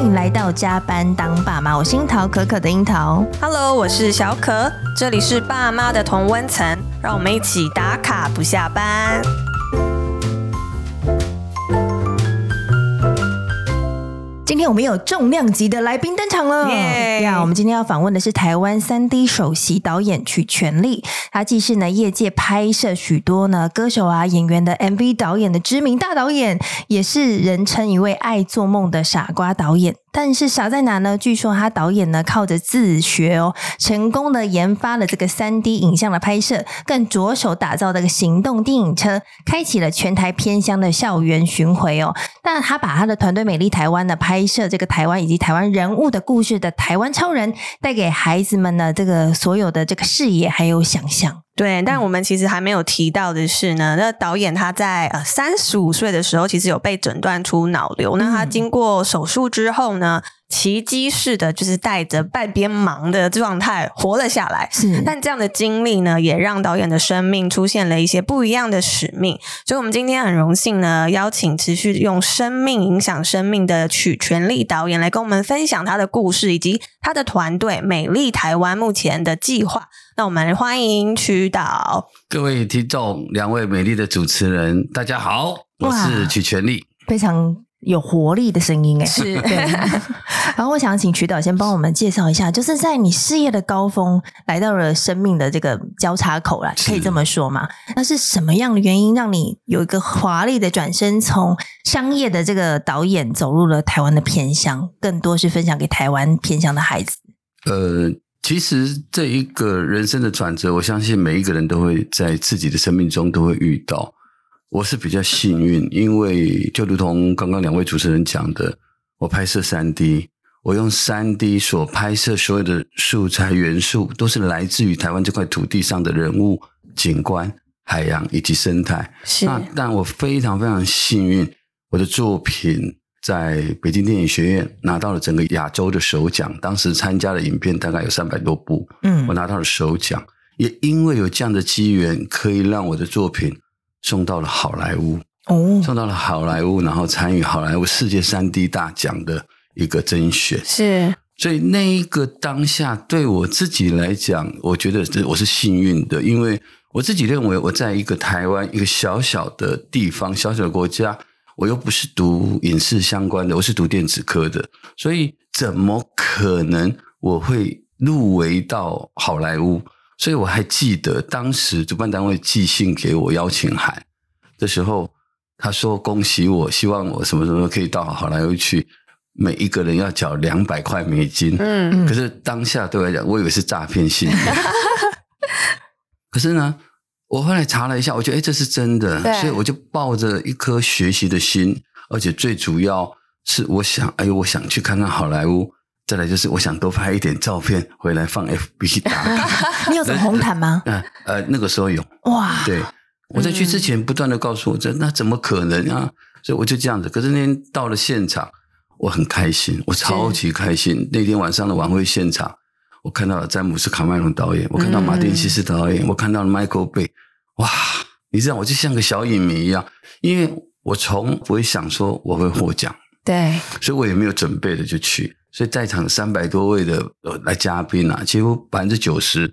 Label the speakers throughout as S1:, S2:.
S1: 迎来到加班当爸妈，我是樱桃可可的樱桃。
S2: Hello，我是小可，这里是爸妈的同温层，让我们一起打卡不下班。
S1: 今天我们有重量级的来宾登场了。
S2: 耶
S1: 呀，我们今天要访问的是台湾三 D 首席导演曲全力，他既是呢业界拍摄许多呢歌手啊、演员的 MV 导演的知名大导演，也是人称一位爱做梦的傻瓜导演。但是傻在哪呢？据说他导演呢靠着自学哦，成功的研发了这个三 D 影像的拍摄，更着手打造这个行动电影车，开启了全台偏乡的校园巡回哦。但他把他的团队美丽台湾呢拍摄这个台湾以及台湾人物的故事的台湾超人，带给孩子们呢这个所有的这个视野还有想象。
S2: 对，但我们其实还没有提到的是呢，那导演他在呃三十五岁的时候，其实有被诊断出脑瘤。那他经过手术之后呢，奇迹式的就是带着半边盲的状态活了下来。
S1: 是但
S2: 但这样的经历呢，也让导演的生命出现了一些不一样的使命。所以，我们今天很荣幸呢，邀请持续用生命影响生命的曲全力导演来跟我们分享他的故事，以及他的团队美丽台湾目前的计划。那我们欢迎曲导。
S3: 各位听众，两位美丽的主持人，大家好，我
S1: 哇
S3: 是曲全力。
S1: 非常有活力的声音哎。
S2: 是
S1: 对，然后我想请曲导先帮我们介绍一下，就是在你事业的高峰来到了生命的这个交叉口啦，
S3: 是
S1: 可以这么说吗？那是什么样的原因让你有一个华丽的转身，从商业的这个导演走入了台湾的偏乡，更多是分享给台湾偏乡的孩子？
S3: 呃，其实这一个人生的转折，我相信每一个人都会在自己的生命中都会遇到。我是比较幸运，因为就如同刚刚两位主持人讲的，我拍摄三 D，我用三 D 所拍摄所有的素材元素，都是来自于台湾这块土地上的人物、景观、海洋以及生态。
S2: 是
S3: 那但我非常非常幸运，我的作品在北京电影学院拿到了整个亚洲的首奖。当时参加的影片大概有三百多部，
S1: 嗯
S3: 我拿到了首奖。也因为有这样的机缘，可以让我的作品送到了好莱坞，
S1: 哦，
S3: 送到了好莱坞，然后参与好莱坞世界三 D 大奖的一个甄选。
S2: 是
S3: 所以那一个当下，对我自己来讲，我觉得这我是幸运的，因为我自己认为我在一个台湾一个小小的地方、小小的国家，我又不是读影视相关的，我是读电子科的，所以怎么可能我会入围到好莱坞？所以我还记得当时主办单位寄信给我邀请函，这时候他说恭喜我，希望我什么什么可以到好莱坞去，每一个人要缴两百块美金。
S2: 嗯
S1: 嗯
S3: 可是当下对我来讲，我以为是诈骗信息。可是呢，我后来查了一下，我觉得哎，诶这是真的
S2: 对，
S3: 所以我就抱着一颗学习的心，而且最主要是我想，哎呦，我想去看看好莱坞。再来就是我想多拍一点照片回来放 FB 打卡。
S1: 你有走红毯吗？
S3: 嗯呃，那个时候有，
S1: 哇，
S3: 对，我在去之前不断的告诉我这那怎么可能啊？所以我就这样子。可是那天到了现场，我很开心，我超级开心。那天晚上的晚会现场，我看到了詹姆斯卡麦隆导演，我看到马丁西斯导演，我看到了 Michael 贝，哇！你知道，我就像个小影迷一样，因为我从不会想说我会获奖。
S2: 对，
S3: 所以我也没有准备的就去。所以在场三百多位的呃来嘉宾啊，几乎百分之九十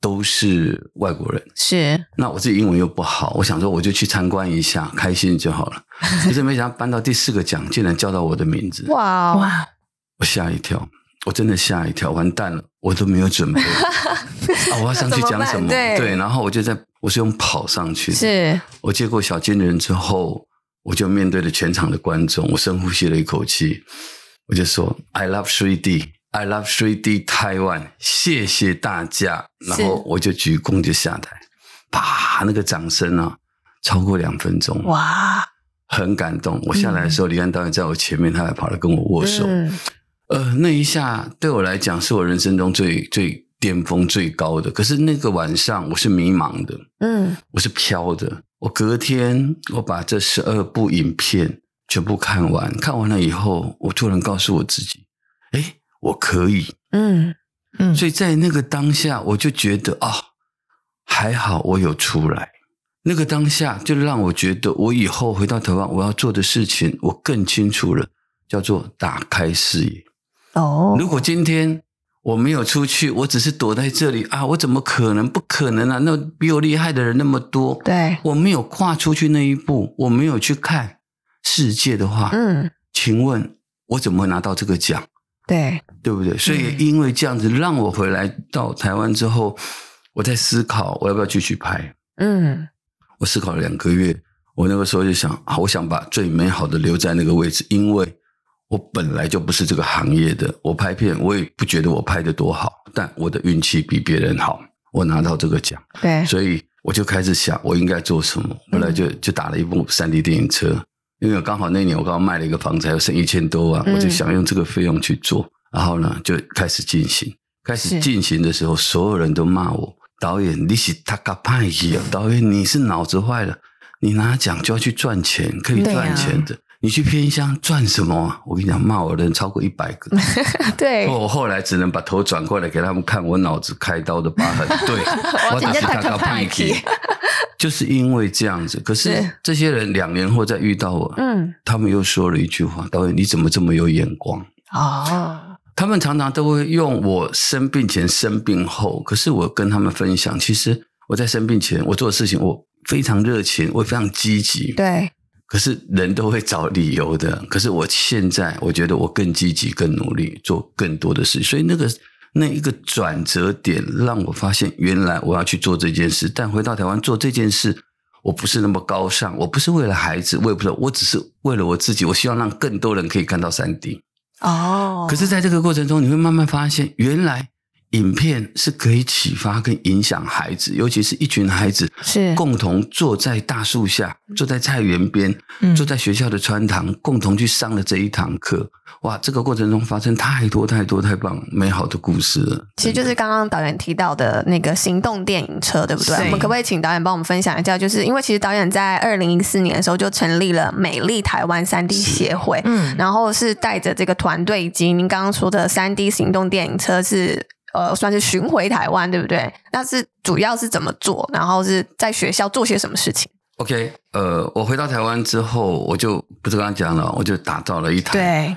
S3: 都是外国人。
S2: 是
S3: 那我自己英文又不好，我想说我就去参观一下，开心就好 了。可是没想到搬到第四个奖，竟然叫到我的名字，
S2: 哇哦哇，
S1: 哇，
S3: 我吓一跳，我真的吓一跳，完蛋了，我都没 有准备啊！我要上去讲什
S2: 那怎么办
S3: 么？
S2: 对
S3: 对，然后我就在我是用跑上去的，
S2: 是
S3: 我接过小金人之后，我就面对了全场的观众，我深呼吸了一口气，我就说 “I love 3D, I love 3D Taiwan，谢谢大家。”然后我就鞠躬就下台，啪，那个掌声啊，超过两分钟，
S2: 哇，
S3: 很感动。我下来的时候，李安导演在我前面，他还跑来跟我握手。
S2: 嗯
S3: 呃，那一下对我来讲是我人生中最最巅峰最高的，可是那个晚上我是迷茫的。
S2: 嗯，
S3: 我是飘的。我隔天我把这十二部影片全部看完，看完了以后，我突然告诉我自己，哎，我可以。
S2: 嗯
S1: 嗯，
S3: 所以在那个当下，我就觉得啊、还好我有出来。那个当下就让我觉得，我以后回到台湾，我要做的事情，我更清楚了。叫做打开视野。
S2: 哦，
S3: 如果今天我没有出去，我只是躲在这里啊，我怎么可能？不可能啊！那比我厉害的人那么多，
S2: 对，
S3: 我没有跨出去那一步，我没有去看世界的话，
S2: 嗯，
S3: 请问我怎么会拿到这个奖？
S2: 对，
S3: 对不对？所以
S2: 嗯
S3: 因为这样子，让我回来到台湾之后，我在思考我要不要继续拍。
S2: 嗯，
S3: 我思考了两个月，我那个时候就想啊，我想把最美好的留在那个位置，因为我本来就不是这个行业的，我拍片我也不觉得我拍的多好，但我的运气比别人好，我拿到这个奖，
S2: 对，嗯
S3: 所以我就开始想我应该做什么。后来就就打了一部三 D 电影车，因为刚好那年我刚好卖了一个房子，还有剩一千多万，
S2: 嗯
S3: 我就想用这个费用去做，然后呢就开始进行。开
S2: 是
S3: 始进行的时候，所有人都骂我，导演你是他个派系
S2: 嗯
S3: 啊！导演你是脑子坏了，你拿奖就要去赚钱，可以
S2: 对啊
S3: 赚钱的，你去偏乡赚什么、啊？我跟你讲，骂我的人超过一百个。
S2: 啊对，
S3: 哦我后来只能把头转过来给他们看我脑子开刀的疤痕。对，我
S1: 真
S3: 打
S1: 的太可
S3: 是他个
S1: 怕了
S3: 叛逆， 就是因为这样子。可是
S2: 是
S3: 这些人两年后再遇到我，
S2: 嗯，
S3: 他们又说了一句话：“导演，你怎么这么有眼光
S2: 哦，？”
S3: 他们常常都会用我生病前、生病后。可是我跟他们分享，其实我在生病前我做的事情，我非常热情，我非常积极。
S2: 对，
S3: 可是人都会找理由的。可是我现在，我觉得我更积极、更努力，做更多的事。所以那个那一个转折点，让我发现原来我要去做这件事。但回到台湾做这件事，我不是那么高尚，我不是为了孩子，我也不是，我只是为了我自己。我希望让更多人可以看到三 D。
S2: 哦，
S3: 可是，在这个过程中，你会慢慢发现，原来影片是可以启发跟影响孩子，尤其是一群孩子
S2: 是嗯
S3: 共同坐在大树下，坐在菜园边，
S1: 嗯
S3: 坐在学校的穿堂，共同去上了这一堂课。哇，这个过程中发生太多太多太棒美好的故事了。
S2: 其实就是刚刚导演提到的那个行动电影车，对不对？
S1: 是
S2: 我们可不可以请导演帮我们分享一下？就是因为其实导演在二零一四年的时候就成立了美丽台湾三 D 协会，
S1: 嗯，
S2: 然后是带着这个团队以及您刚刚说的三 D 行动电影车是。呃，算是巡回台湾，对不对？那是主要是怎么做？然后是在学校做些什么事情？
S3: OK，呃，我回到台湾之后，我就不是刚刚讲了，我就打造了一台
S2: 对，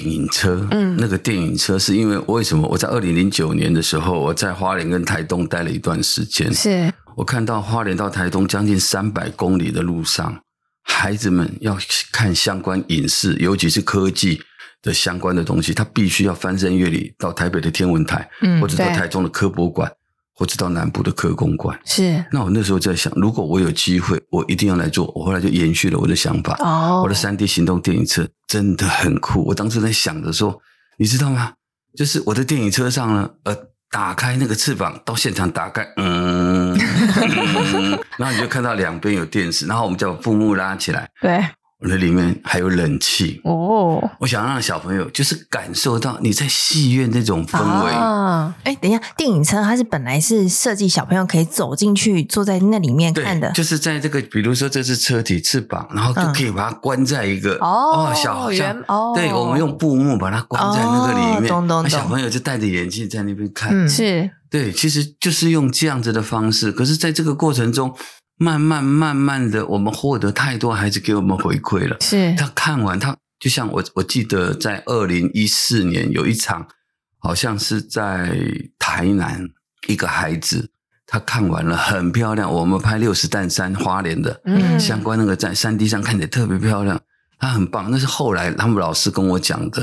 S3: 电影车。
S2: 嗯
S3: 那个电影车是因为为什么？我在二零零九年的时候，我在花莲跟台东待了一段时间，
S2: 是，
S3: 我看到花莲到台东将近三百公里的路上，孩子们要看相关影视，尤其是科技的相关的东西，他必须要翻山越岭到台北的天文台，
S1: 嗯
S3: 或者到
S2: 对
S3: 台中的科博馆，或者到南部的科工馆。
S2: 是，
S3: 那我那时候在想，如果我有机会，我一定要来做。我后来就延续了我的想法，
S2: 哦，
S3: 我的三 D 行动电影车真的很酷。我当初在想着说，你知道吗？就是我的电影车上呢，呃，打开那个翅膀到现场打开，嗯，嗯然后你就看到两边有电视，然后我们就把布幕拉起来，
S2: 对，
S3: 我的里面还有冷气。
S2: 哦，
S3: 我想让小朋友就是感受到你在戏院那种氛围，
S2: 啊
S1: 哎，等一下，电影车它是本来是设计小朋友可以走进去坐在那里面
S3: 对
S1: 看的，
S3: 就是在这个，比如说这是车体翅膀，然后就
S1: 嗯
S3: 可以把它关在一个、
S2: 哦
S3: 小好像
S2: 原 아,哦
S3: 对，我们用布幕把它关在那个里面，
S1: 哦懂懂
S3: 那小
S1: 懂
S3: 朋友就戴着眼镜在那边看。
S1: 嗯
S2: 是，
S3: 对，其实就是用这样子的方式。可是，在这个过程中，慢慢慢慢的，我们获得太多孩子给我们回馈了。
S2: 是
S3: 他看完，他就像我，我记得在二零一四年有一场，好像是在台南，一个孩子他看完了，很漂亮。我们拍六十担山花莲的
S1: 嗯
S3: 相关那个在山地上看起来特别漂亮，他很棒。那是后来他们老师跟我讲的，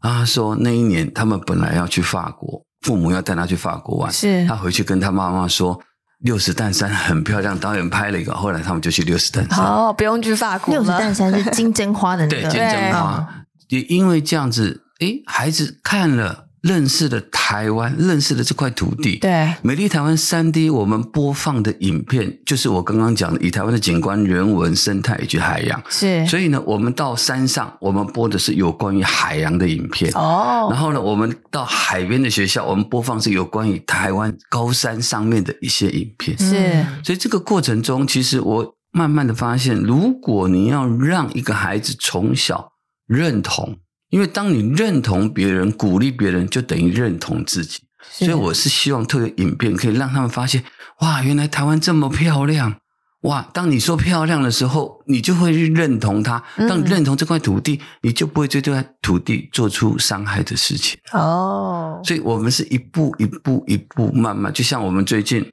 S3: 啊，他说那一年他们本来要去法国，父母要带他去法国玩，
S2: 是
S3: 他回去跟他妈妈说。六十担山很漂亮，导演拍了一个，后来他们就去六十担山。
S2: 哦，不用去法国
S1: 六十
S2: 了，
S1: 担山是金针花的那
S3: 对，
S1: 个，嗯
S3: 金针花。也因为这样子，诶，孩子看了，认识了台湾，认识了这块土地。
S2: 对，
S3: 美丽台湾三 D，我们播放的影片就是我刚刚讲的，以台湾的景观、人文、生态以及海洋。
S2: 是，
S3: 所以呢，我们到山上，我们播的是有关于海洋的影片。
S2: 哦
S3: 然，后呢，我们到海边的学校，我们播放是有关于台湾高山上面的一些影片。
S1: 嗯
S2: 是
S3: 所以这个过程中，其实我慢慢的发现，如果你要让一个孩子从小认同，因为当你认同别人、鼓励别人，就等于认同自己。
S2: 所
S3: 所以我是希望透过影片可以让他们发现，哇，原来台湾这么漂亮，哇，当你说漂亮的时候，你就会去认同它。
S2: 嗯
S3: 当你认同这块土地，你就不会对这块土地做出伤害的事情。
S2: 哦，
S3: 所以，我们是一步一步、一步慢慢，就像我们最近，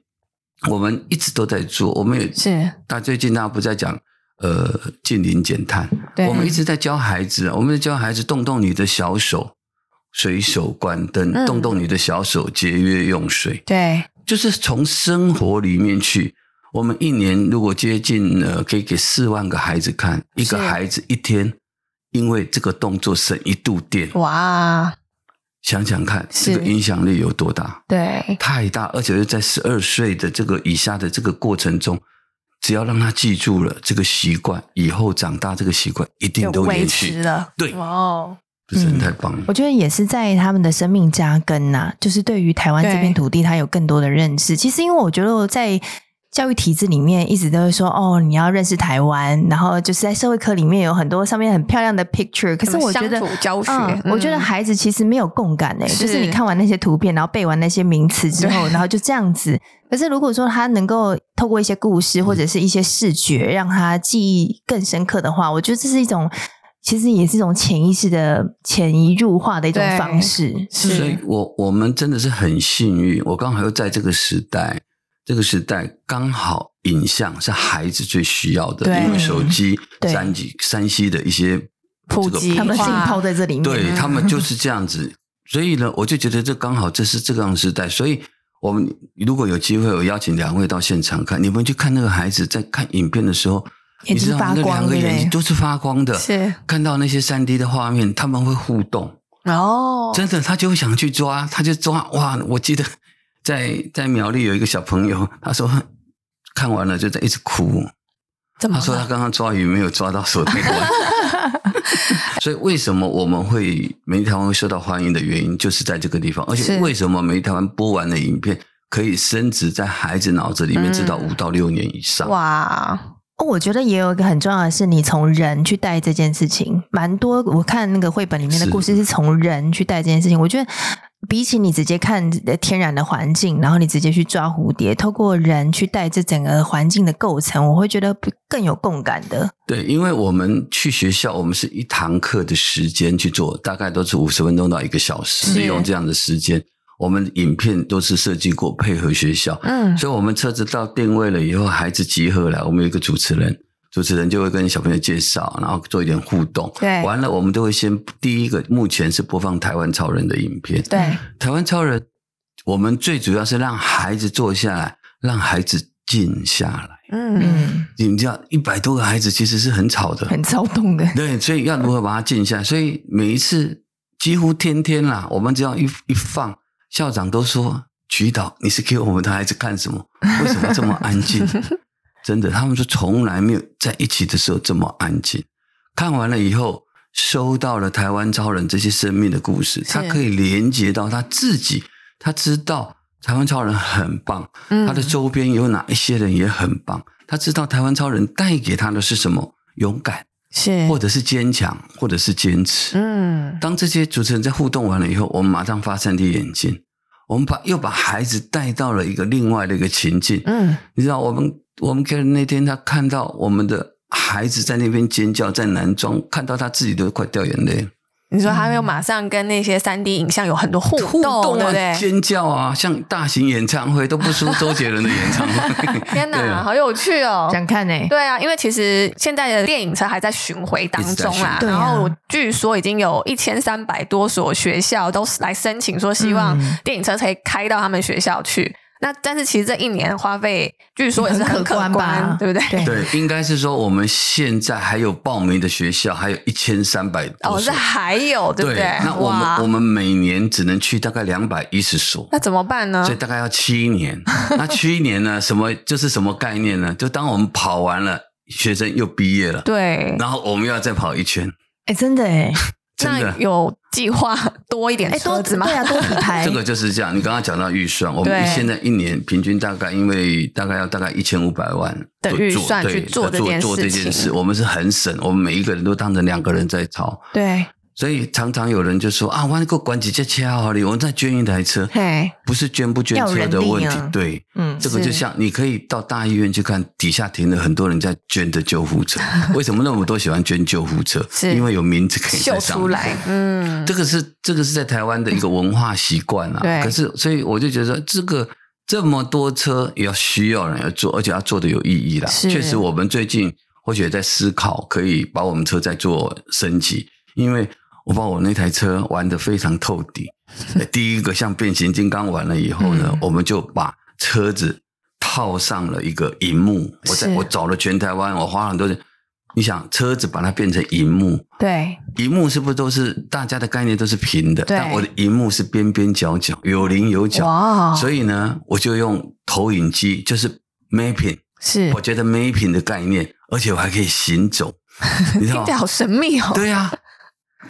S3: 我们一直都在做。我们也
S2: 是
S3: 大最近大家不在讲呃近邻减碳，
S2: 对
S3: 我们一直在教孩子啊，我们在教孩子动动你的小手，随手关灯，
S2: 嗯
S3: 动动你的小手，节约用水，
S2: 对，
S3: 就是从生活里面去。我们一年如果接近呃，可以给四万个孩子看，一
S2: 是
S3: 个孩子一天，因为这个动作省一度电，
S2: 哇，
S3: 想想看，
S2: 哦是
S3: 这个影响力有多大？
S2: 对，
S3: 太大，而且是在十二岁的这个以下的这个过程中，只要让他记住了这个习惯，以后长大这个习惯一定
S2: 就
S3: 都
S2: 维
S3: 延
S2: 持
S3: 续，
S2: 了，
S3: 对
S2: 哇哦，
S3: 真的太棒了。
S1: 我觉得也是在他们的生命扎根呐、就是对于台湾这片土地，他有更多的认识。其实，因为我觉得我在教育体制里面一直都会说，哦，你要认识台湾，然后就是在社会课里面有很多上面很漂亮的 picture，可是我觉得
S2: 什么乡土教学
S1: 嗯
S2: 嗯
S1: 我觉得孩子其实没有共感诶、
S2: 是
S1: 就是你看完那些图片，然后背完那些名词之后，
S2: 对
S1: 然后就这样子。可是如果说他能够透过一些故事
S2: 嗯
S1: 或者是一些视觉，让他记忆更深刻的话，我觉得这是一种。其实也是一种潜意识的潜移入化的一种
S2: 对
S1: 方式，
S2: 是
S3: 所以我我们真的是很幸运，我刚好又在这个时代，这个时代刚好影像是孩子最需要的，
S2: 对
S3: 因为手机、
S1: 对
S3: 三 G、三 C 的一些
S2: 普
S3: 这个
S2: 及
S1: 他们浸泡在这里面。
S3: 对他们就是这样子。所以呢，我就觉得这刚好这是这样的时代，所以我们如果有机会，我邀请两位到现场看，你们去看那个孩子在看影片的时候，
S1: 眼睛
S3: 你知道
S1: 发
S3: 那
S1: 光
S3: 两个
S1: 对不对
S3: 眼睛都是发光的，
S2: 是
S3: 看到那些三 D 的画面，他们会互动，
S2: 哦，
S3: 真的，他就会想去抓，他就抓哇！我记得在在苗栗有一个小朋友，他说看完了就在一直哭，
S2: 这么
S3: 他说他刚刚抓鱼没有抓到手那 个碗，所以为什么我们会梅台湾会受到欢迎的原因，就是在这个地方。而且
S2: 是
S3: 为什么梅台湾播完的影片可以深植在孩子脑子里面，
S2: 嗯
S3: 直到五到六年以上？
S2: 哇，
S1: 哦我觉得也有一个很重要的是，你从人去带这件事情，蛮多。我看那个绘本里面的
S3: 是
S1: 故事是从人去带这件事情，我觉得。比起你直接看呃天然的环境，然后你直接去抓蝴蝶，透过人去带这整个环境的构成，我会觉得更有共感的。
S3: 对，因为我们去学校，我们是一堂课的时间去做，大概都是五十分钟到一个小时，
S2: 是
S3: 利用这样的时间。我们影片都是设计过配合学校，
S2: 嗯，
S3: 所以我们车子到定位了以后，孩子集合了，我们有一个主持人，主持人就会跟小朋友介绍，然后做一点互动。
S2: 对
S3: 完了我们都会先第一个，目前是播放台湾超人的影片。
S2: 对，
S3: 台湾超人，我们最主要是让孩子坐下来，让孩子静下来。
S2: 嗯，
S1: 嗯，
S3: 你们知道，一百多个孩子其实是很吵的，
S1: 很躁动的。
S3: 对，所以要如何把它静下来？所以每一次几乎天天啦，我们只要一一放，校长都说：“曲导，你是给我们的孩子看什么？为什么这么安静？” 真的，他们说从来没有在一起的时候这么安静。看完了以后，收到了台湾超人这些生命的故事，他可以连接到他自己，他知道台湾超人很棒，
S2: 嗯
S3: 他的周边有哪一些人也很棒，他知道台湾超人带给他的是什么勇敢。
S2: 是
S3: 或者是坚强，或者是坚持。
S2: 嗯，
S3: 当这些主持人在互动完了以后，我们马上发三 D 眼镜，我们把又把孩子带到了一个另外的一个情境。
S2: 嗯，
S3: 你知道，我们我们 Karen 那天他看到我们的孩子在那边尖叫，在男装，看到他自己都快掉眼泪了，
S2: 你说他有马上跟那些三 D 影像有很多互
S3: 互动
S2: 对
S3: 啊，
S2: 不对？
S3: 尖叫啊，像大型演唱会都不输周杰伦的演 唱会。
S2: 天
S3: 对
S2: 哪，
S3: 啊
S2: 好有趣哦！
S1: 想看呢、欸
S2: 对啊，因为其实现在的电影车还在巡回当中啦
S3: 一直在巡回，
S1: 对啊
S2: 然后我据说已经有一千三百多所学校都来申请说，希望
S1: 嗯
S2: 电影车可以开到他们学校去。那但是其实这一年花费据说也是
S1: 很可
S2: 很可
S1: 观
S2: 观，
S1: 吧
S2: 对不
S1: 对
S2: 对？
S3: 对，应该是说我们现在还有报名的学校，还有一千三百
S2: 哦，
S3: 多
S2: 这
S3: 所。
S2: 还有对不对？
S3: 那我
S2: 哇
S3: 们我们每年只能去大概两百一十所，
S2: 那怎么办呢
S3: 所以？大概要 七年。那七年呢？什么就是什么概念呢？就当我们跑完了，学生又毕业了，
S2: 对，
S3: 然后我们又要再跑一圈，
S1: 哎、真的 哎、
S3: 真
S2: 那
S3: 的。
S2: 有计划多一点
S1: 哎、多
S2: 车子吗
S1: 对？啊，多几台。
S3: 这个就是这样，你刚刚讲到预算，我
S2: 哎对
S3: 们现在一年平均大概因为大概要大概一千五百万
S2: 的
S3: 做
S2: 预算
S3: 对呃
S2: 去做
S3: 做
S2: 这件
S3: 做
S2: 事
S3: 件
S2: 情
S3: 事，我们是很省，我们每一个人都当成两个人在操，
S2: 对，
S3: 所以常常有人就说啊，我给我管几架车啊好了，我再捐一台车，
S2: 嘿，
S3: 不是捐不捐
S1: 要
S3: 车
S1: 人
S3: 的
S1: 力
S3: 问题，
S1: 啊
S3: 对，
S1: 嗯，
S3: 这个就是像你可以到大医院去看，底下停了很多人在捐的救 护车，为什么那么多喜欢捐救护车？
S2: 是
S3: 因为有名字可以
S2: 秀
S3: 在上
S2: 出
S3: 面
S2: 来，嗯，
S3: 这个是这个是在台湾的一个文化习惯
S2: 对
S3: 啊。可是，所以我就觉得说这个这么多车也要需要人要做，而且要做的有意义啦。
S2: 是
S3: 确实，我们最近或许也在思考，可以把我们车再做升级，因为我把我那台车玩得非常透 底。呃第一个像变形金刚完了以后呢，
S1: 嗯
S3: 我们就把车子套上了一个荧幕。我在
S2: 是
S3: 我找了全台湾，我花了很多钱。你想车子把它变成荧幕，
S2: 对，
S3: 荧幕是不是都是大家的概念都是平的？
S2: 对
S3: 但我的荧幕是边边角角，有棱有角，
S2: 哇，
S3: 所
S2: 以
S3: 以呢，我就用投影机，就是 mapping，
S2: 是
S3: 我觉得 mapping 的概念，而且我还可以 行走，你知
S2: 听
S3: 道
S2: 起来
S3: 吗？
S2: 好神秘哦，
S3: 对呀、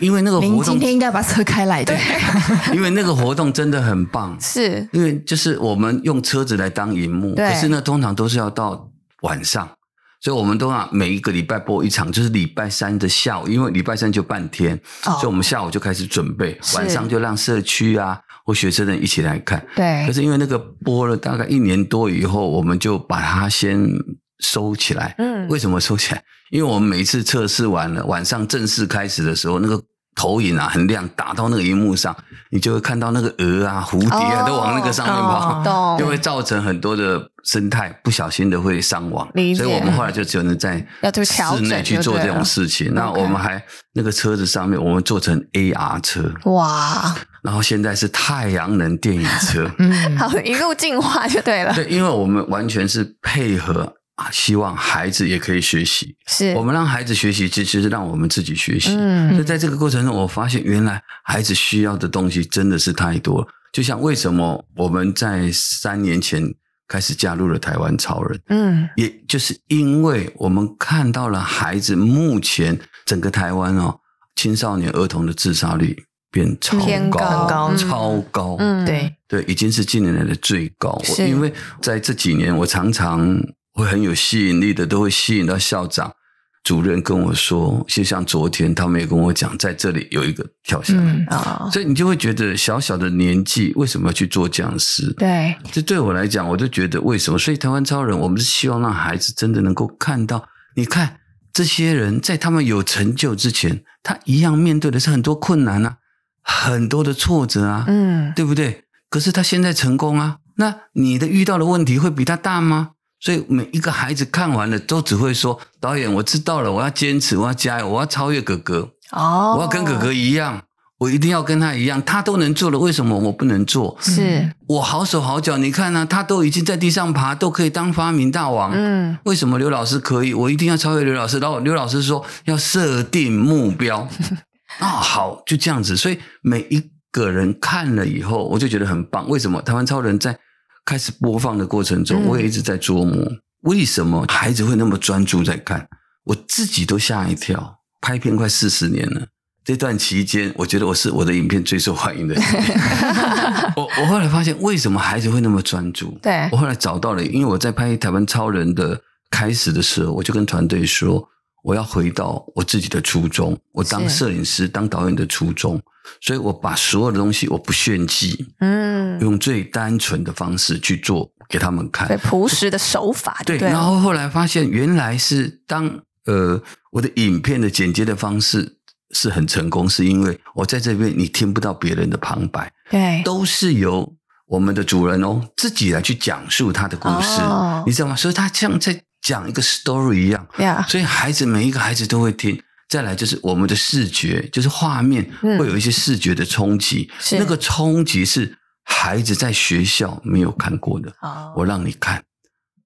S3: 因为那个
S1: 您
S3: 活
S1: 今
S3: 动，
S1: 天应该把车开来的，。
S3: 因为那个活动真的很棒，
S2: 是
S3: 因为就是我们用车子来当荧幕，
S2: 对
S3: 可是呢，通常都是要到晚上。所以我们都要每一个礼拜播一场，就是礼拜三的下午，因为礼拜三就半天，所以我
S2: 哦，
S3: 们下午就开始准备，
S2: 是
S3: 晚上就让社区啊或学生的一起来看。
S2: 对
S3: 可，是因为那个播了大概一年多以后，我们就把它先收起来。
S2: 嗯
S3: 为什么收起来？因为我们每次测试完了，晚上正式开始的时候，那个投影啊很亮，打到那个荧幕上，你就会看到那个鹅啊、蝴蝶
S2: 哦
S3: 啊、都往那个上面跑，
S2: 懂
S3: 就会造成很多的生态不小心的会伤亡。
S2: 理解
S3: 所以我们后来就只能在
S2: 要去调
S3: 室
S2: 整
S3: 内去
S2: 就
S3: 做
S2: 对
S3: 这种
S2: 了
S3: 事情。那
S2: OK
S3: 我们还那个车子上面，我们做成 AR 车，
S2: 哇，
S3: 然后现在是太阳能电影车
S1: 嗯，
S2: 好，一路进化就对了，
S3: 对，因为我们完全是配合啊，希望孩子也可以学习。
S2: 是
S3: 我们让孩子学习，其实是让我们自己学习。
S2: 嗯
S3: 所以在这个过程中，我发现原来孩子需要的东西真的是太多了。就像为什么我们在三年前开始加入了台湾超人，
S2: 嗯
S3: 也就是因为我们看到了孩子目前整个台湾哦，青少年儿童的自杀率变超
S2: 偏
S3: 高，
S1: 高
S3: 超高，
S2: 嗯，
S1: 对，
S3: 对，已经是近年来的最高。我
S2: 是
S3: 因为在这几年，我常常会很有吸引力的，都会吸引到校长、主任跟我说，就像昨天他们也跟我讲，在这里有一个跳下来。
S1: 嗯，
S2: 啊，
S3: 所以你就会觉得小小的年纪为什么要去做这样的事？
S2: 对，
S3: 这对我来讲，我就觉得为什么？所以台湾超人，我们是希望让孩子真的能够看到，你看这些人在他们有成就之前，他一样面对的是很多困难啊，很多的挫折啊，
S2: 嗯
S3: 对不对？可是他现在成功啊，那你的遇到的问题会比他大吗？所以每一个孩子看完了，都只会说：“导演，我知道了，我要坚持，我要加油，我要超越哥哥，
S2: 哦，
S3: 我要跟哥哥一样，我一定要跟他一样，他都能做了，为什么我不能做？”
S2: 是
S3: 我好手好脚，你看啊，他都已经在地上爬，都可以当发明大王。
S2: 嗯
S3: 为什么刘老师可以？我一定要超越刘老师。然后刘老师说要设定目标啊，好，就这样子。所以每一个人看了以后，我就觉得很棒。为什么台湾超人在开始播放的过程中，
S2: 嗯
S3: 我也一直在琢磨，为什么孩子会那么专注在看？我自己都吓一跳。拍片快四十年了，这段期间，我觉得我是我的影片最受欢迎的影片。我我后来发现，为什么孩子会那么专注？
S2: 对
S3: 我后来找到了，因为我在拍《台湾超人》的开始的时候，我就跟团队说，我要回到我自己的初衷，我当
S2: 是
S3: 摄影师、当导演的初衷，所以我把所有的东西我不炫技，
S2: 嗯，
S3: 用最单纯的方式去做给他们看
S2: 对，。朴实的手法，
S3: 对，
S2: 了
S3: 然后后来发现原来是当呃我的影片的剪接的方式是很成功，是因为我在这边你听不到别人的旁白，
S2: 对
S3: 都是由我们的主人哦自己来去讲述他的故事，
S2: 哦
S3: 你知道吗？所以他像在讲一个 story 一样，
S2: 呀，
S3: 所以孩子每一个孩子都会听。再来就是我们的视觉，就是画面
S2: 嗯
S3: 会有一些视觉的冲击，
S2: 是
S3: 那个冲击是孩子在学校没有看过的。
S2: 哦
S3: 我让你看，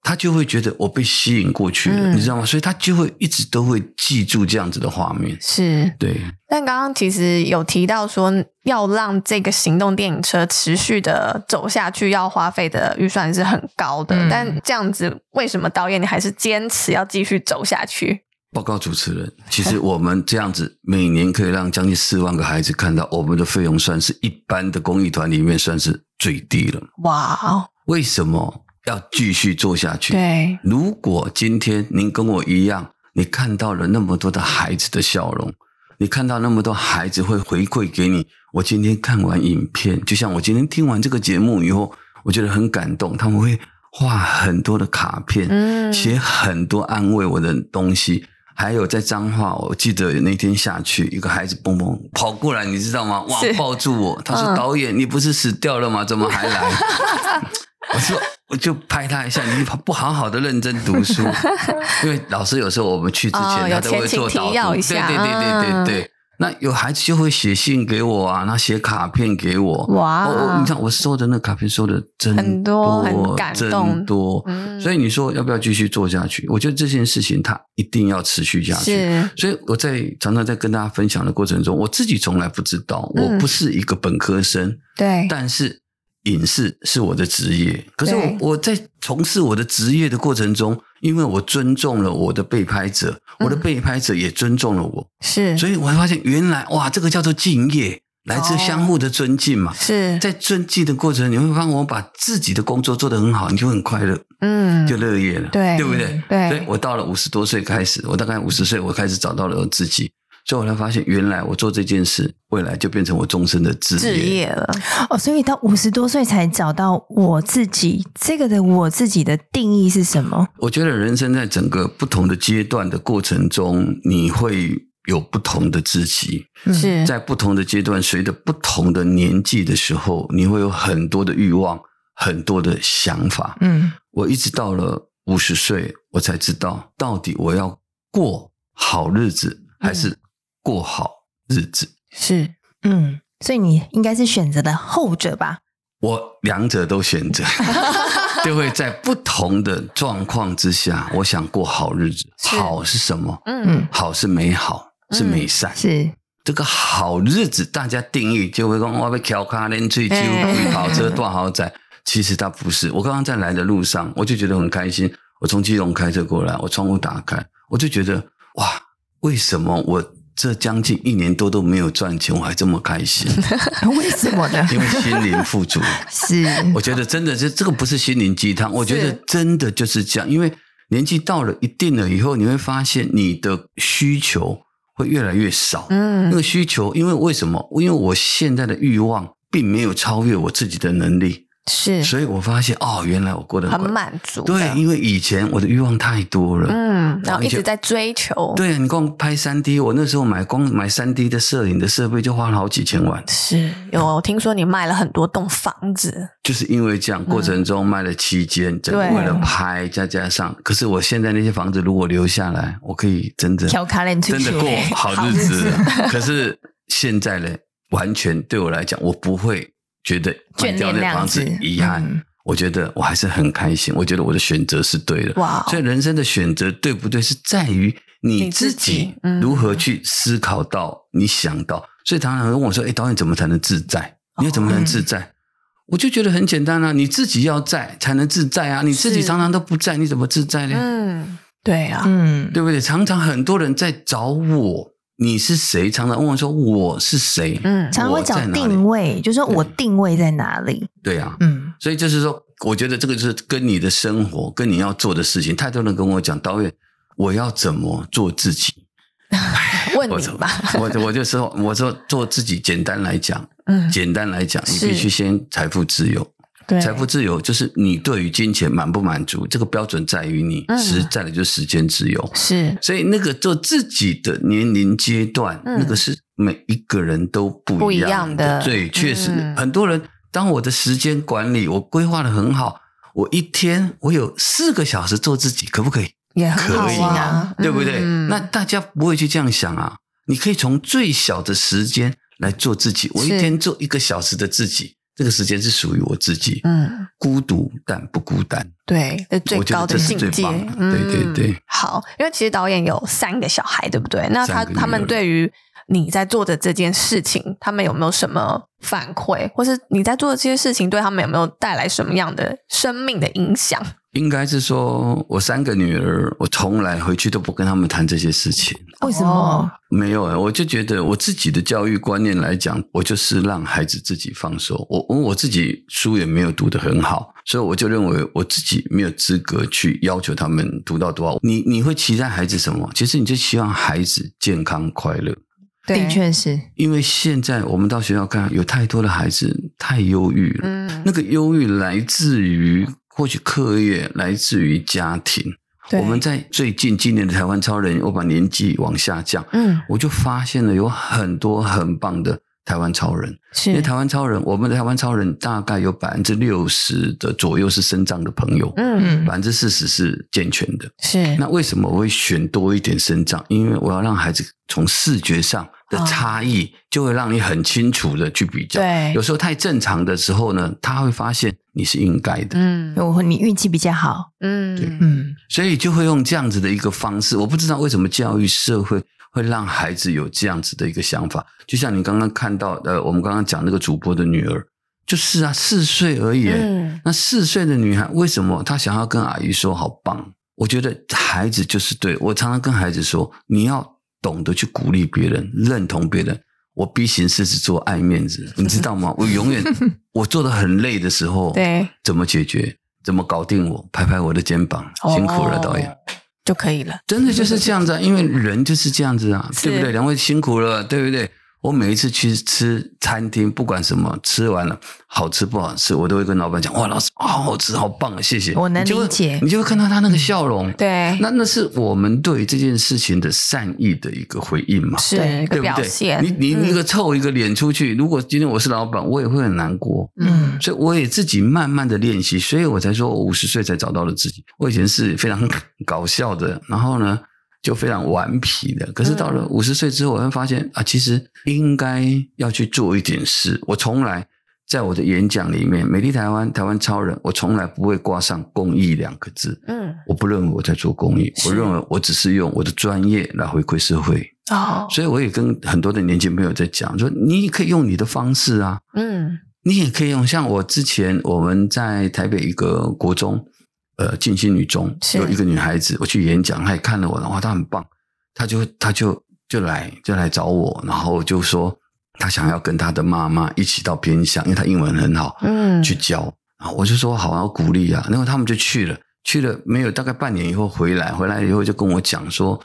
S3: 他就会觉得我被吸引过去了，
S2: 嗯
S3: 你知道吗？所以他就会一直都会记住这样子的画面。
S2: 是，
S3: 对，
S2: 但刚刚其实有提到说，要让这个行动电影车持续的走下去，要花费的预算是很高的。
S1: 嗯
S2: 但这样子，为什么导演你还是坚持要继续走下去？
S3: 报告主持人， 其实我们这样子每年可以让将近四万个孩子看到，我们的费用算是一般的公益团里面算是最低了。
S2: 哇哦，
S3: 为什么要继续做下去？
S2: 对，
S3: 如果今天您跟我一样，你看到了那么多的孩子的笑容，你看到那么多孩子会回馈给你。我今天看完影片，就像我今天听完这个节目以后，我觉得很感动。他们会画很多的卡片，
S2: 嗯
S3: 写很多安慰我的东西。还有在彰化，我记得那天下去，一个孩子蹦蹦跑过来，你知道吗？哇
S2: 是，
S3: 抱住我，他说：“
S2: 嗯
S3: 导演，你不是死掉了吗？怎么还来？” 我说：“我就拍他一下，你不好好的认真读 书，因为老师有时候我们去之
S2: 哦
S3: 前，
S2: 有
S3: 他都会
S2: 前情
S3: 做
S2: 提
S3: 导
S2: 要一
S3: 读，对
S2: 下嗯
S3: 对对对对对。那有孩子就会写信给我啊，那写卡片给我，
S2: 哇
S3: 哦，我你看我收的那卡片收的真
S2: 很多
S3: 多，
S2: 啊很感动
S3: 真多。
S2: 嗯
S3: 所以你说要不要继续做下去？我觉得这件事情它一定要持续下去。
S2: 是
S3: 所以我在常常在跟大家分享的过程中，我自己从来不知道，
S2: 嗯
S3: 我不是一个本科生，
S1: 对
S3: 但是影视是我的职业。可是
S1: 对
S3: 我我在从事我的职业的过程中，因为我尊重了我的被拍者，
S2: 嗯
S3: 我的被拍者也尊重了我，
S2: 是
S3: 所以我还发现原来哇，这个叫做敬业，来自
S2: 哦
S3: 相互的尊敬嘛。
S2: 是
S3: 在尊敬的过程，你会发现我把自己的工作做得很好，你就很快乐，
S2: 嗯
S3: 就乐业了，
S2: 对
S3: 对不对？
S1: 对
S3: 所以我到了五十多岁开始，我大概五十岁，我开始找到了我自己，所以我才发现，原来我做这件事，未来就变成我终身的职
S2: 置业了，
S1: 哦，所以到五十多岁才找到我自己，这个的我自己的定义是什么？
S3: 我觉得人生在整个不同的阶段的过程中，你会有不同的自己。
S1: 嗯
S2: 是
S3: 在不同的阶段，随着不同的年纪的时候，你会有很多的欲望，很多的想法。
S1: 嗯，
S3: 我一直到了五十岁，我才知道到底我要过好日子，
S2: 嗯
S3: 还是过好日子。
S2: 是
S1: 嗯，所以你应该是选择的后者吧？
S3: 我两者都 选择，就会在不同的状况之下，我想过好日子。
S2: 是
S3: 好是什么？
S2: 嗯
S3: 好是美好，
S2: 嗯
S3: 是美善。
S1: 是，
S3: 这个好日子，大家定义就会讲我被调卡连醉酒、
S2: 哎
S3: 开豪车、住豪宅。其实它不是。我刚刚在来的路上，我就觉得很开心。我从基隆开车过来，我窗户打开，我就觉得哇，为什么我这将近一年多都没有赚钱，我还这么开 心？
S1: 为什么 呢？
S3: 因为心灵富足。
S1: 是，
S3: 我觉得真的是这个不是心灵鸡汤，我觉得
S2: 是
S3: 真的就是这样，因为年纪到了一定了以后，你会发现你的需求会越来越少。那
S2: 嗯
S3: 个需求，因为为什么？因为我现在的欲望并没有超越我自己的能力，
S2: 是
S3: 所以我发现哦，原来我过得
S2: 很
S3: 快
S2: 满足的，
S3: 对，因为以前我的欲望太多了。
S2: 嗯，然后一
S3: 完全
S2: 直在追求，
S3: 对啊，你光拍三 D，我那时候买光买三 D 的摄影的设备就花了好几千万，
S2: 是有听说你卖了很多栋房子，
S3: 就是因为这样过程中卖了期间，整个
S2: 对
S3: 为了拍，再加上，可是我现在那些房子如果留下来，我可以真的
S1: 调卡链
S3: 真的过好日子。啊可是现在呢，完全对我来讲，我不会觉得卖
S1: 眷
S3: 掉
S1: 恋
S3: 那
S1: 那样
S3: 房
S1: 子
S3: 子，遗憾。
S1: 嗯
S3: 我觉得我还是很开心，我觉得我的选择是对的。
S2: 哇，哦
S3: 所以人生的选择对不对，是在于
S2: 你
S3: 你
S2: 自
S3: 自
S2: 己
S3: 己
S2: 嗯
S3: 如何去思考到、你想到。所以常常有人问我说：“哎，导演怎么才能自在？你要怎么才能自在？”我就觉得很简单啊，你自己要在才能自在啊，你自己
S2: 是
S3: 常常都不在，你怎么自在呢？
S2: 嗯，对啊，
S1: 嗯，
S3: 对不对？常常很多人在找我，你是谁？常常问我说我是谁？
S2: 嗯
S1: 常常会
S3: 我
S1: 找
S3: 在哪里
S1: 定位，就是说我
S3: 对
S1: 定位在哪里？
S3: 对啊，
S1: 嗯，
S3: 所以就是说，我觉得这个就是跟你的生活，跟你要做的事情。太多人跟我讲，导演，我要怎么做自己？
S2: 问
S3: 我
S2: 你
S3: 怎么
S2: 吧，？
S3: 我我就说， 我说做自己，简单来讲，
S2: 嗯，
S3: 简单来讲，你
S2: 是
S3: 必须先财富自由。
S2: 对，
S3: 财富自由就是你对于金钱满不满足，这个标准在于你
S2: 嗯
S3: 实在的就是时间自由。
S2: 是
S3: 所以那个做自己的年龄阶段，
S2: 嗯
S3: 那个是每一个人都不一
S2: 不一样
S3: 样
S2: 的
S3: 对，确实、
S2: 嗯
S3: 很多人，当我的时间管理我规划的很好，我一天我有四个小时做自己，可不可以？
S2: 也很
S3: 可以
S2: 好啊，
S3: 对不对？
S2: 嗯
S3: 那大家不会去这样想啊。你可以从最小的时间来做自己，我一
S2: 是
S3: 天做一个小时的自己，这个时间是属于我自己。
S2: 嗯，
S3: 孤独但不孤单，
S2: 对，这最
S3: 我觉得
S2: 高的
S3: 这是
S2: 境
S3: 最
S2: 界
S3: 棒的，
S2: 嗯
S3: 对对对。
S2: 好，因为其实导演有三个小孩，对不对？那他
S3: 三个女儿
S2: 他们对于你在做的这件事情，他们有没有什么反馈，或是你在做的这些事情对他们有没有带来什么样的生命的影响？
S3: 应该是说我三个女儿，我从来回去都不跟他们谈这些事情。
S1: 为什么
S2: 哦？
S3: 没有、欸，我就觉得我自己的教育观念来讲，我就是让孩子自己放手。我因为我自己书也没有读得很好，所以我就认为我自己没有资格去要求他们读到多少。你你会期待孩子什么？其实你就希望孩子健康快乐。
S2: 对
S1: 的确是，
S3: 因为现在我们到学校看，有太多的孩子太忧郁了，
S2: 嗯，
S3: 那个忧郁来自于或许课业，来自于家庭。
S2: 对
S3: 我们在最近今年的台湾超人，我把年纪往下降，
S2: 嗯
S3: 我就发现了有很多很棒的台湾超人。因为
S2: 是
S3: 台湾超人，我们的台湾超人大概有百分之六十的左右是身障的朋友，
S2: 嗯
S1: 嗯
S3: 百分之四十是健全的。
S2: 是
S3: 那为什么我会选多一点身障？因为我要让孩子从视觉上的差异，就会让你很清楚的去比较。
S2: 对
S3: 有，时候太正常的时候呢，他会发现你是应该的，
S2: 嗯
S1: 我你运气比较好，
S2: 嗯
S1: 嗯，
S3: 所以就会用这样子的一个方式。我不知道为什么教育社会会让孩子有这样子的一个想法。就像你刚刚看到，呃，我们刚刚讲那个主播的女儿，就是啊，四岁而已。
S2: 嗯
S3: 那四岁的女孩为什么她想要跟阿姨说好棒？我觉得孩子就是对我常常跟孩子说，你要懂得去鼓励别人，认同别人。我 B 型狮子座爱面子，你知道吗？我 永远我做的很累的时候，
S2: 对，
S3: 怎么解决？怎么搞定我？拍拍我的肩膀，辛苦了，
S2: 哦
S3: 导演。
S2: 就可以了，
S3: 真的就是这样子啊，因为人就是这样子啊，
S2: 是
S3: 对不对？两位辛苦了，对不对？我每一次去吃餐厅，不管什么，吃完了好吃不好吃，我都会跟老板讲：“哇，老师，好好吃，好棒啊，谢谢。”
S1: 我能
S3: 你就会
S1: 理解
S3: 你就会看到他那个笑容。
S2: 对，
S3: 那那是我们对这件事情的善意的一个回应嘛，
S2: 是一
S3: 对
S2: 个
S3: 不
S2: 表
S3: 对？
S2: 现，
S3: 你你
S2: 嗯
S3: 那个臭一个脸出去，如果今天我是老板，我也会很难过。
S1: 嗯
S3: 所以我也自己慢慢的练习，所以我才说我五十岁才找到了自己。我以前是非常搞笑的，然后呢就非常顽皮的。可是到了
S2: 嗯
S3: 五十岁之后，我会发现啊，其实应该要去做一点事。我从来在我的演讲里面，美丽台湾、台湾超人，我从来不会挂上公益两个字。
S2: 嗯
S3: 我不认为我在做公益，
S2: 是
S3: 我认为我只是用我的专业来回馈社会。
S1: 嗯
S2: 哦
S3: 所以我也跟很多的年轻朋友在讲，说你也可以用你的方式啊，
S2: 嗯
S3: 你也可以用，像我之前我们在台北一个国中，呃，静心女中
S2: 是
S3: 有一个女孩子，我去演讲，她也看了我，哇，她很棒，她就她就就来就来找我，然后就说她想要跟她的妈妈一起到偏乡，因为她英文很好，
S2: 嗯
S3: 去教啊，我就说好啊，我鼓励啊，然后他们就去了，去了没有大概半年以后回来，回来以后就跟我讲说，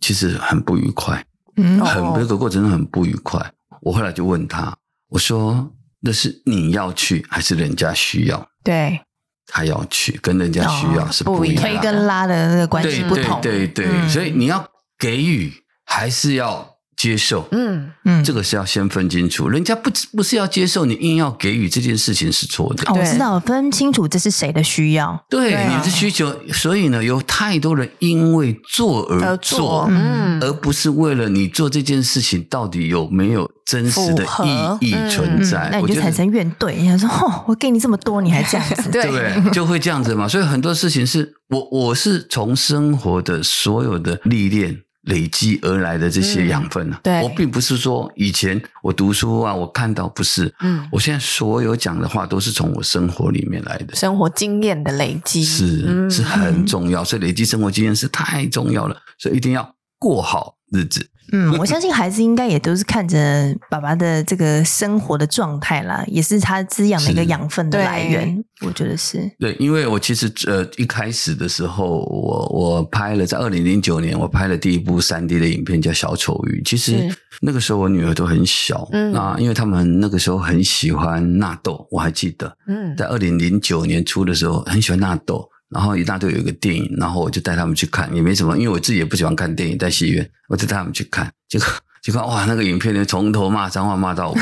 S3: 其实很不愉快，
S1: 嗯
S2: 哦
S3: 很那个过程很不愉快。我后来就问他，我说那是你要去还是人家需要？
S2: 对
S3: 他要去，跟人家需要
S2: 哦
S3: 是
S2: 不
S3: 不
S2: 一
S3: 一样
S2: 样
S1: 推
S3: 的。
S1: 跟拉的那个关
S3: 对
S1: 系不同，
S3: 对对对，
S1: 嗯
S3: 所以你要给予还是要接受？
S2: 嗯
S1: 嗯
S3: 这个是要先分清楚，人家不不是要接受你，硬要给予这件事情是错的。
S1: 哦我
S2: 对
S1: 知道，分清楚这是谁的需要，
S3: 对
S2: 对啊
S3: 你的需求，所以呢，有太多人因为做而
S2: 而
S3: 呃做，
S2: 做嗯
S3: 而不是为了你做这件事情到底有没有真实的
S2: 符合
S3: 意义
S2: 嗯
S3: 存在。
S1: 那你
S3: 我
S1: 就
S3: 觉
S1: 产
S3: 得
S1: 生怨怼，你想说，哦，我给你这么多，你还这样 子，
S2: 对
S3: 对不对，就会这样子嘛。所以很多事情是我我是从生活的所有的历练累积而来的这些
S2: 嗯
S3: 养分啊。
S2: 对
S3: 我并不是说以前我读书啊，我看到不是，
S2: 嗯，
S3: 我现在所有讲的话都是从我生活里面来的。
S2: 生活经验的累积
S3: 是
S2: 嗯
S3: 是很重要，所以累积生活经验是太重要了，所以一定要过好日子。
S1: 嗯，我相信孩子应该也都是看着爸爸的这个生活的状态啦，也是他滋养的一个
S3: 是
S1: 养分的
S2: 对
S1: 来源，我觉得是，
S3: 对，因为我其实呃一开始的时候，我我拍了在二零零九年，我拍了第一部三 D 的影片叫《小丑鱼》。其实
S2: 是
S3: 那个时候我女儿都很小，
S2: 嗯
S3: 那因为他们那个时候很喜欢纳豆，我还记得
S2: 嗯
S3: 在二零零九年初的时候很喜欢纳豆。然后一大堆有一个电影，然后我就带他们去看，也没什么，因为我自己也不喜欢看电影，在戏院，我就带他们去看，结果 结果哇，那个影片呢，从头骂脏话骂 到尾。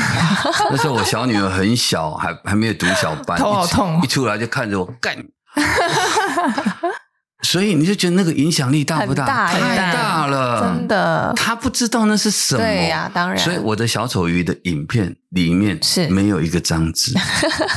S3: 那时候我小女儿很小，还还没有读小班，
S1: 头好
S3: 一出
S2: 啊
S1: 痛哦
S3: 一出来就看着我干。 所以你就觉得那个影响力大不
S2: 很大
S3: 太
S2: 耶
S3: 大了，
S2: 真的
S3: 他不知道那是什么，
S2: 对呀当然
S3: 所以我的小丑鱼的影片里面
S2: 是
S3: 没有一个 脏字，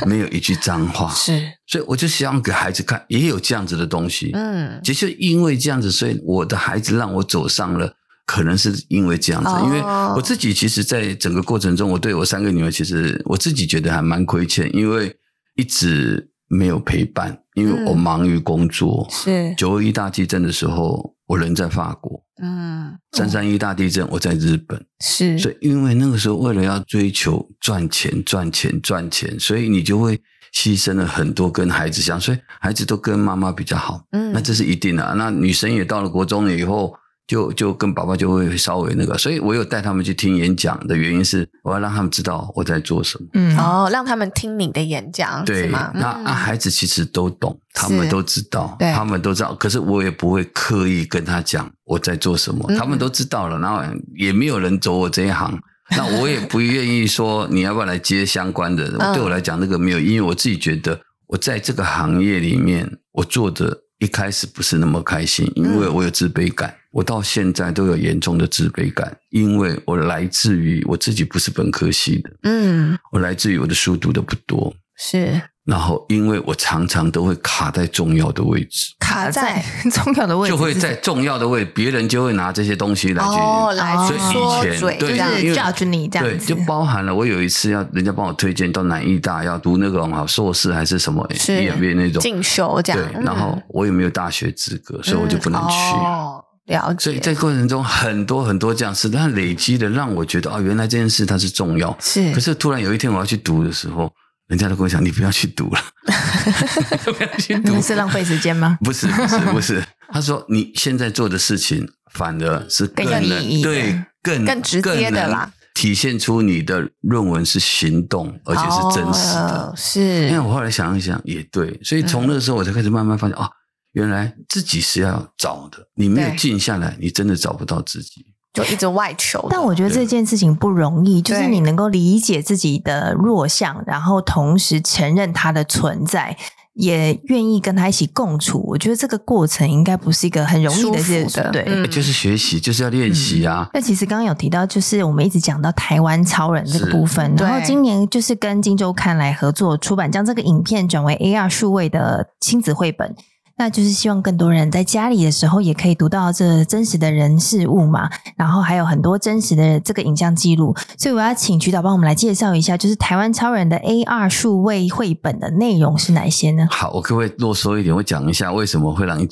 S3: 没有一句脏话，
S2: 是
S3: 所以我就想给孩子看，也有这样子的东西。
S2: 嗯
S3: 也就因为这样子，所以我的孩子让我走上了，可能是因为这样子，
S2: 哦
S3: 因为我自己其实，在整个过程中，我对我三个女儿，其实我自己觉得还蛮亏欠，因为一直没有陪伴，因为我
S2: 嗯
S3: 忙于工作。
S2: 是
S3: 九二一大地震的时候，我人在法国；
S2: 嗯
S3: 三三一大地震，我在日本。
S2: 是
S3: 所以，因为那个时候为了要追求赚钱、赚钱、赚钱，所以你就会牺牲了很多跟孩子相，所以孩子都跟妈妈比较好。
S2: 嗯
S3: 那这是一定的啊、那女生也到了国中以后，就就跟爸爸就会稍微那个，所以我有带他们去听演讲的原因是，我要让他们知道我在做什么。
S1: 嗯，
S2: 哦，让他们听你的演讲，
S3: 对，
S2: 是吗？嗯
S3: 那、啊，孩子其实都懂，他们都知道，
S2: 对
S3: 他们都知道。可是我也不会刻意跟他讲我在做什么，
S2: 嗯
S3: 他们都知道了，然后也没有人走我这一行。那我也不愿意说你要不要来接相关的，
S2: 嗯
S3: 对我来讲那个没有，因为我自己觉得我在这个行业里面，我做的一开始不是那么开心，因
S2: 嗯
S3: 为我有自卑感，我到现在都有严重的自卑感，因为我来自于我自己不是本科系的，
S2: 嗯，
S3: 我来自于我的书读的不多，
S2: 是
S3: 然后因为我常常都会卡在重要的位置，
S2: 卡在
S1: 重要的位置
S3: 就会
S1: 是
S3: 在重要的位，别人就会拿这些东西来去。
S2: 哦，来
S1: 所以以
S2: 说
S3: 前
S2: 嘴
S3: 对
S2: 这
S1: 就
S2: 样
S1: 是
S3: 因为
S1: judge 你这
S3: 对，
S1: 样子
S3: 就，包含了我有一次要人家帮我推荐到南艺大要读那种好硕士还是什么
S2: 是
S3: EMBA 那种，
S2: 进修这
S3: 对
S2: 样，嗯，
S3: 然后我也没有大学资格，所以我就不能去。
S2: 嗯哦，了解，
S3: 所以在过程中很多很多这样事，它累积的让我觉得哦，原来这件事它是重要。
S2: 是
S3: 可是突然有一天我要去读的时候，人家都跟我讲你不要去读了， 你不要去读
S1: 那，嗯是浪费时间吗？
S3: 不是不是不 是，他说你现在做的事情反而是
S1: 更有
S3: 能
S1: 意义的
S3: 对更
S2: 更直接的啦，
S3: 更能体现出你的论文是行动，而且是真实的。
S2: 哦
S3: 因为
S2: 是
S3: 我后来想一想也对，所以从那个时候我才开始慢慢发现、哦，原来自己是要找的，你没有
S2: 对
S3: 静下来，你真的找不到自己。
S2: 就一直外求的，
S1: 但我觉得
S3: 对
S1: 这件事情不容易，就是
S2: 对
S1: 你能够理解自己的弱项，然后同时承认它的存在，也愿意跟他一起共处。我觉得这个过程应该不是一个很容易的事
S2: 舒服的
S1: 情，对。
S2: 嗯
S3: 哎就是学习，就是要练习啊。
S1: 那其实刚刚有提到，就是我们一直讲到台湾超人这个
S3: 是
S1: 部分，然后
S2: 对
S1: 今年就是跟《金周刊》来合作出版，将这个影片转为 AR 数位的亲子绘本。那就是希望更多人在家里的时候也可以读到这真实的人事物嘛，然后还有很多真实的这个影像记录，所以我要请曲导帮我们来介绍一下，就是台湾超人的 AR 数位绘本的内容是哪些
S2: 嗯
S1: 呢？
S3: 好，我可不可以啰嗦一点？我讲一下为什么会让你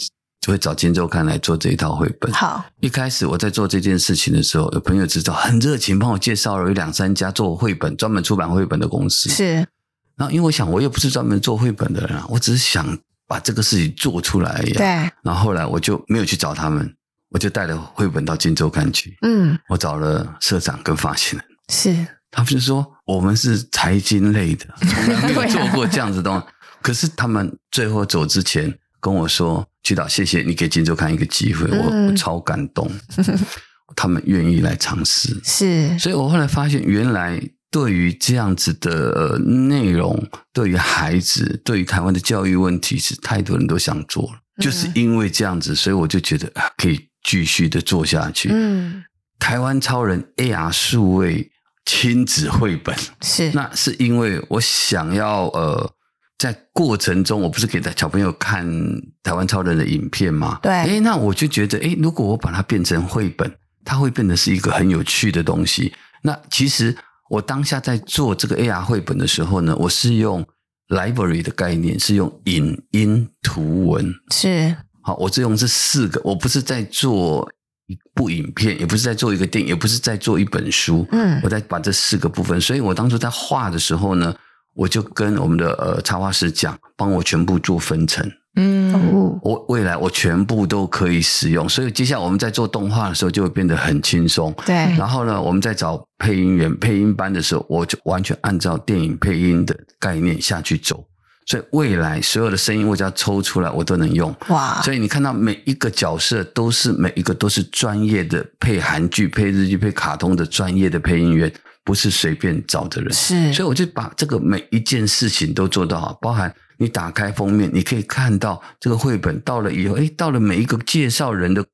S3: 会找《金周刊》来做这一套绘本。
S2: 好，
S3: 一开始我在做这件事情的时候，有朋友知道，很热情帮我介绍了有两三家做绘本、专门出版绘本的公司。
S2: 是
S3: 然后因为我想，我又不是专门做绘本的人啊，我只是想把这个事情做出来而已啊、
S2: 对，
S3: 然后后来我就没有去找他们，我就带了绘本到金州看去，
S2: 嗯，
S3: 我找了社长跟发行人。
S2: 是
S3: 他们就说我们是财经类的，从 来没
S2: 啊
S3: 有做过这样子的东西。可是他们最后走之前跟我说：“曲导，谢谢你给金周刊一个机会，我、
S2: 嗯
S3: 我超感动。” 他们愿意来尝试，
S2: 是
S3: 所以我后来发现，原来对于这样子的呃内容，对于孩子，对于台湾的教育问题，是太多人都想做了。
S2: 嗯
S3: 就是因为这样子，所以我就觉得啊，可以继续的做下去。
S2: 嗯
S3: 台湾超人 AR 数位亲子绘本，
S2: 是
S3: 那是因为我想要呃，在过程中，我不是给小朋友看台湾超人的影片吗？
S2: 对
S3: 诶，那我就觉得，诶，如果我把它变成绘本，它会变得是一个很有趣的东西。那其实我当下在做这个 AR 绘本的时候呢，我是用 library 的概念，是用影音图文
S2: 是
S3: 好，我这用这四个，我不是在做一部影片，也不是在做一个电影，也不是在做一本书，
S2: 嗯
S3: 我在把这四个部分。所以我当初在画的时候呢，我就跟我们的呃插画师讲，帮我全部做分层，
S1: 嗯，
S2: 哦
S3: 我未来我全部都可以使用。所以接下来我们在做动画的时候就会变得很轻松。
S2: 对
S3: 然后呢，我们在找配音员、配音班的时候，我就完全按照电影配音的概念下去走。所以未来所有的声音，我只要抽出来，我都能用。
S2: 哇
S3: 所以你看到每一个角色都是每一个都是专业的配韩剧、配日剧、配卡通的专业的配音员，不是随便找的人。
S2: 是
S3: 所以我就把这个每一件事情都做到好，包含你打开封面，你可以看到这个绘本到了以后，诶，到了每一个介绍人的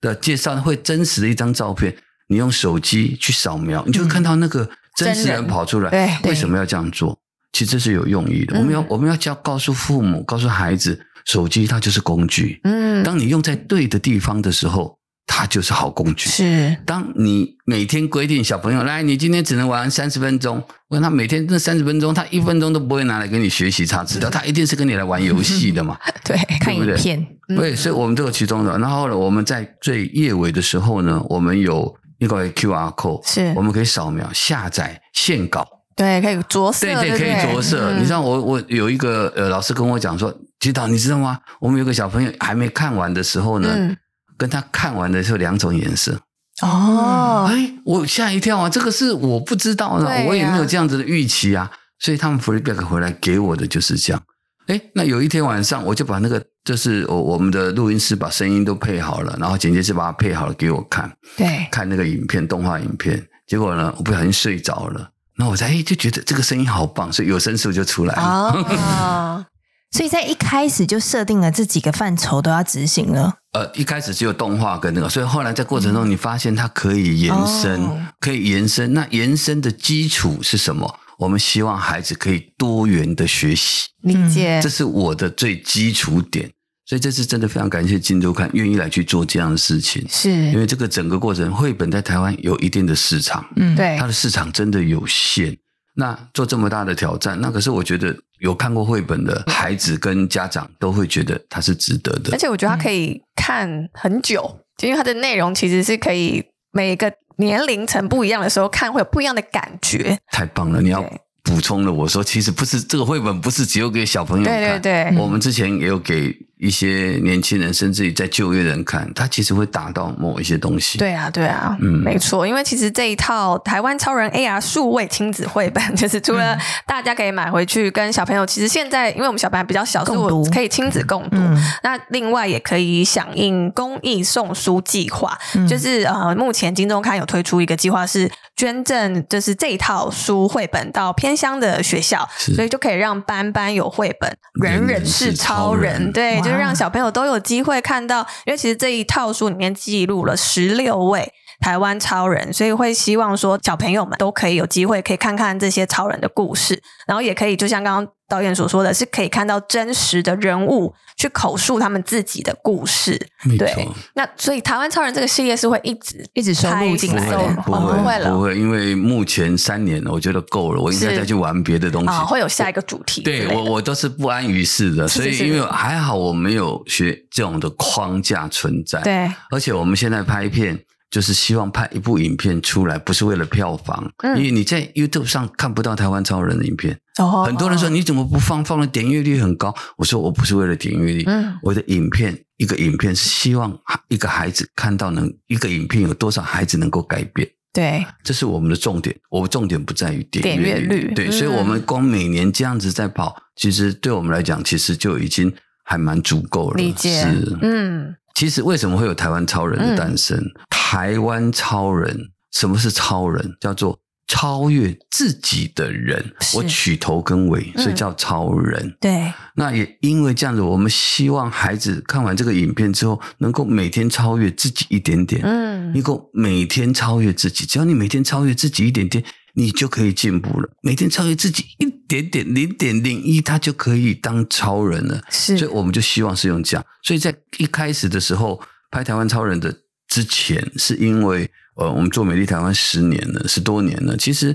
S3: 的介绍会真实的一张照片，你用手机去扫描，你就会看到那个真实
S2: 真
S3: 人
S2: 人
S3: 跑出来。
S2: 对
S3: 哎为什么要这样做？其实这是有用意的。我们要
S2: 嗯
S3: 我们要教告诉父母、告诉孩子，手机它就是工具。
S2: 嗯
S3: 当你用在对的地方的时候，它就是好工具。
S2: 是
S3: 当你每天规定小朋友来，你今天只能玩三十分钟，我让他每天那三十分钟，他一分钟都不会拿来跟你学习查资
S2: 嗯
S3: 料，他一定是跟你来玩游戏的嘛。
S2: 对
S1: 看
S3: 对不
S1: 影
S3: 对
S1: 片，
S2: 嗯
S3: 对，所以我们都有其中的。然后呢，我们在最夜尾的时候呢，我们有一个 QR code，
S2: 是
S3: 我们可以扫描、下载、线稿，
S2: 对嗯可以着色
S3: 对对，可以着色。你知道我我有一个呃老师跟我讲说，指导你知道吗？我们有个小朋友还没看完的时候呢，
S2: 嗯
S3: 跟他看完的时候两种颜色。
S2: 哦，
S3: 哎，我吓一跳啊！这个是我不知道的，
S2: 对呀
S3: 我也没有这样子的预期啊。所以他们 feedback 回来给我的就是这样。哎，那有一天晚上，我就把那个，就是我我们的录音师把声音都配好了，然后剪接师把它配好了给我看，
S1: 对，
S3: 看那个影片，动画影片。结果呢，我不小心睡着了，那我才哎就觉得这个声音好棒，所以有声书就出来了。
S2: 哦，
S1: 所以在一开始就设定了这几个范畴都要执行了。
S3: 呃，一开始只有动画跟那个，所以后来在过程中你发现它可以延伸，
S1: 哦
S3: 可以延伸。那延伸的基础是什么？我们希望孩子可以多元的学习，
S1: 嗯
S2: 理解
S3: 这，是我的最基础点。所以这次真的非常感谢金周刊愿意来去做这样的事情，因
S2: 是，
S3: 为这个整个过程，绘本在台湾有一定的市场，
S1: 嗯，，
S2: 对
S3: 它，的市场真的有限。那做这么大的挑战，那可是我觉得有看过绘本的孩子跟家长都会觉得它是值得的
S2: 而。且我觉得它可以看很久，就因为它的内容其实是可以每一个年龄层不一样的时候看会有不一样的感觉。
S3: 太棒了！你要
S2: 对
S3: 补充了，我说其实不是这个绘本，不是只有给小
S1: 嗯
S3: 朋友看。
S2: 对对对，
S3: 我们之前也有给一些年轻人，甚至于在就业人看，他其实会打到某一些东西。，
S2: 对啊，对啊，
S3: 嗯
S2: 没错，因为其实这一套台湾超人 AR 数位亲子绘本， 就是除
S1: 嗯
S2: 了大家可以买回去跟小朋友，其实现在因为我们小朋友比较小，所以
S1: 共读
S2: 我可以亲子共读。
S1: 嗯，
S2: 那另外也可以响应公益送书计划，
S1: 嗯
S2: 就是呃，目前金钟刊有推出一个计划是捐赠，就是这一套书绘本到偏乡的学校，
S3: 是
S2: 所以就可以让班班有绘本，人
S3: 人人
S2: 人是
S3: 是
S2: 超
S3: 超人
S2: 人，对，
S1: 哇
S2: 就是让小朋友都有机会看到，因为其实这一套书里面记录了十六位。台湾超人，所以会希望说小朋友们都可以有机会可以看看这些超人的故事，然后也可以就像刚刚导演所说的，是可以看到真实的人物去口述他们自己的故事。
S3: 没
S2: 对
S3: 错。
S2: 那所以台湾超人这个系列是会一直
S1: 一直收录进
S3: 不
S1: 来
S3: 会
S2: 拍收
S1: 的，
S3: 不
S2: 哦
S3: 会
S2: 不会了
S3: 不会，因为目前三年我觉得够了，我应该
S2: 是
S3: 再去玩别的东西
S2: 啊、。会有下一个主题之类
S3: 对
S2: 的。
S3: 我，我都是不安于世的，
S2: 是
S3: 所以
S2: 是
S3: 因为还好我没有学这种的框架存在。
S2: 对，
S3: 而且我们现在拍片，就是希望拍一部影片出来，不是为了票房，
S2: 嗯
S3: 因为你在 YouTube 上看不到台湾超人的影片。
S2: 哦
S3: 很多人说你怎么不放？放了点阅率很高。我说我不是为了点阅率，
S2: 嗯
S3: 我的影片一个影片是希望一个孩子看到能一个影片有多少孩子能够改变。
S2: 对，
S3: 这是我们的重点，我们重点不在于点阅
S2: 点阅率
S3: 对，
S2: 嗯
S3: 所以我们光每年这样子在跑，其实对我们来讲，其实就已经还蛮足够了。
S2: 理解
S3: 是，
S2: 嗯，
S3: 其实为什么会有台湾超人的诞生？台湾超人，什么是超人？叫做超越自己的人
S2: 是，
S3: 我取头跟尾，
S2: 嗯
S3: 所以叫超人。
S2: 对，
S3: 那也因为这样子，我们希望孩子看完这个影片之后，能够每天超越自己一点点，能
S2: 嗯，
S3: 够每天超越自己。只要你每天超越自己一点点，你就可以进步了。每天超越自己一点点，零点零一，他就可以当超人了。所以
S2: 是，
S3: 我们就希望是用这样。所以在一开始的时候拍《台湾超人》的之前，是因为呃，我们做《美丽台湾》十年了，十多年了。其实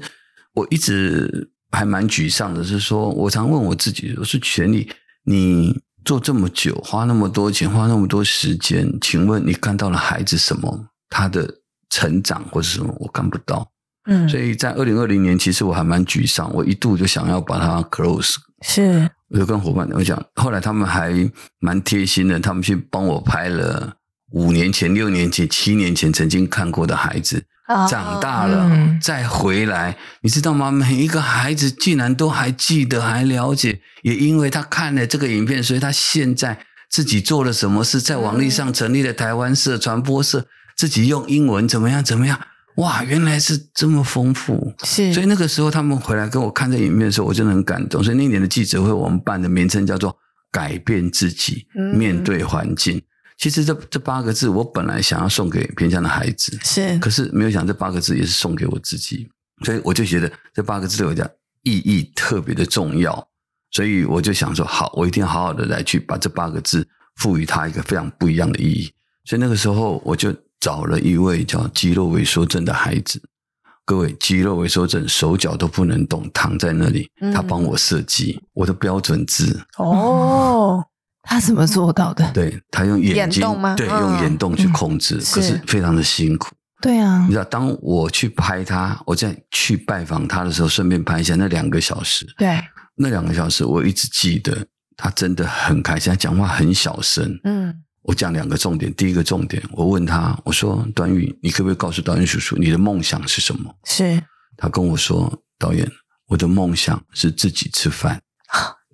S3: 我一直还蛮沮丧的，是说我常问我自己，我说权力，你做这么久，花那么多钱，花那么多时间，请问你看到了孩子什么？他的成长或者什么，我看不到。
S2: 嗯，
S3: 所以在二零二零年，其实我还蛮沮丧，我一度就想要把它 close
S2: 是，
S3: 我就跟伙伴我讲，后来他们还蛮贴心的，他们去帮我拍了五年前、六年前、七年前曾经看过的孩子，
S2: 哦
S3: 长大了、
S1: 嗯
S3: 再回来，你知道吗？每一个孩子竟然都还记得、还了解，也因为他看了这个影片，所以他现在自己做了什么事，在网络上成立了台湾社、传播社，自己用英文怎么样怎么样。哇，原来是这么丰富！
S2: 是，
S3: 所以那个时候他们回来跟我看这影片的时候，我真的很感动。所以那一年的记者会，我们办的名称叫做“改变自己，
S2: 嗯
S3: 面对环境”。其实这这八个字，我本来想要送给偏向的孩子，
S2: 是
S3: 可是没有想这八个字也是送给我自己，所以我就觉得这八个字对我讲意义特别的重要。所以我就想说，好，我一定要好好的来去把这八个字赋予它一个非常不一样的意义。所以那个时候我就找了一位叫肌肉萎缩症的孩子，各位肌肉萎缩症手脚都不能动，躺在那里
S2: 嗯，
S3: 他帮我设计、我的标准字，
S2: 哦，
S1: 他怎么做到的？
S3: 对他用眼睛
S2: 眼动吗
S3: 对，
S2: 嗯
S3: 用眼动去控制，
S2: 是
S3: 可是非常的辛苦。
S1: 对啊
S3: 你知，道，当我去拍他，我在去拜访他的时候，顺便拍一下那两个小时，
S1: 对，
S3: 那两个小时我一直记得，他真的很开心，他讲话很小声。
S2: 嗯，
S3: 我讲两个重点，第一个重点，我问他，我说：“段誉，你可不可以告诉导演叔叔你的梦想是什么
S4: 是？”
S3: 他跟我说：“导演，我的梦想是自己吃饭，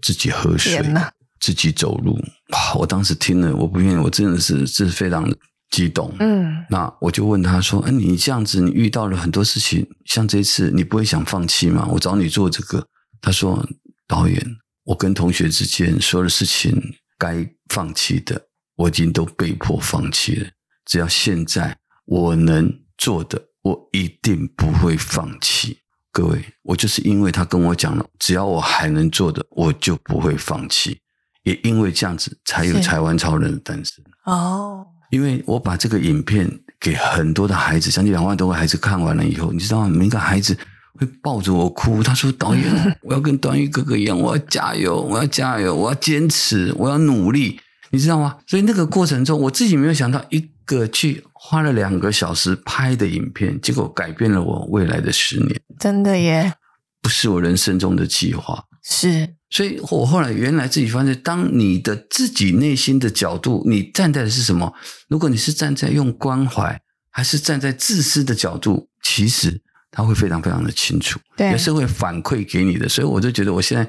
S3: 自己喝水
S4: 啊天，哪，
S3: 自己走路。”哇！我当时听了，我不愿意，我真的是是非常激动。
S4: 嗯，
S3: 那我就问他说：“哎，你这样子，你遇到了很多事情，像这一次，你不会想放弃吗？我找你做这个。”他说：“导演，我跟同学之间所有的事情该放弃的，我已经都被迫放弃了。只要现在我能做的，我一定不会放弃。各位，我就是因为他跟我讲了，只要我还能做的，我就不会放弃。也因为这样子，才有
S4: 是
S3: 台湾超人的诞生。”
S4: 哦，
S3: 因为我把这个影片给很多的孩子，将近两万多个孩子看完了以后，你知道吗？每个孩子会抱着我哭，他说：“导演，我要跟段誉哥哥一样，我要加油，我要加油，我要坚持，我要努力。”你知道吗？所以那个过程中，我自己没有想到，一个去花了两个小时拍的影片，结果改变了我未来的十年，
S4: 真的耶，
S3: 不是我人生中的计划。
S4: 是
S3: 所以我后来原来自己发现，当你的自己内心的角度，你站在的是什么？如果你是站在用关怀，还是站在自私的角度，其实他会非常非常的清楚，
S4: 对
S3: 也，是会反馈给你的。所以我就觉得我现在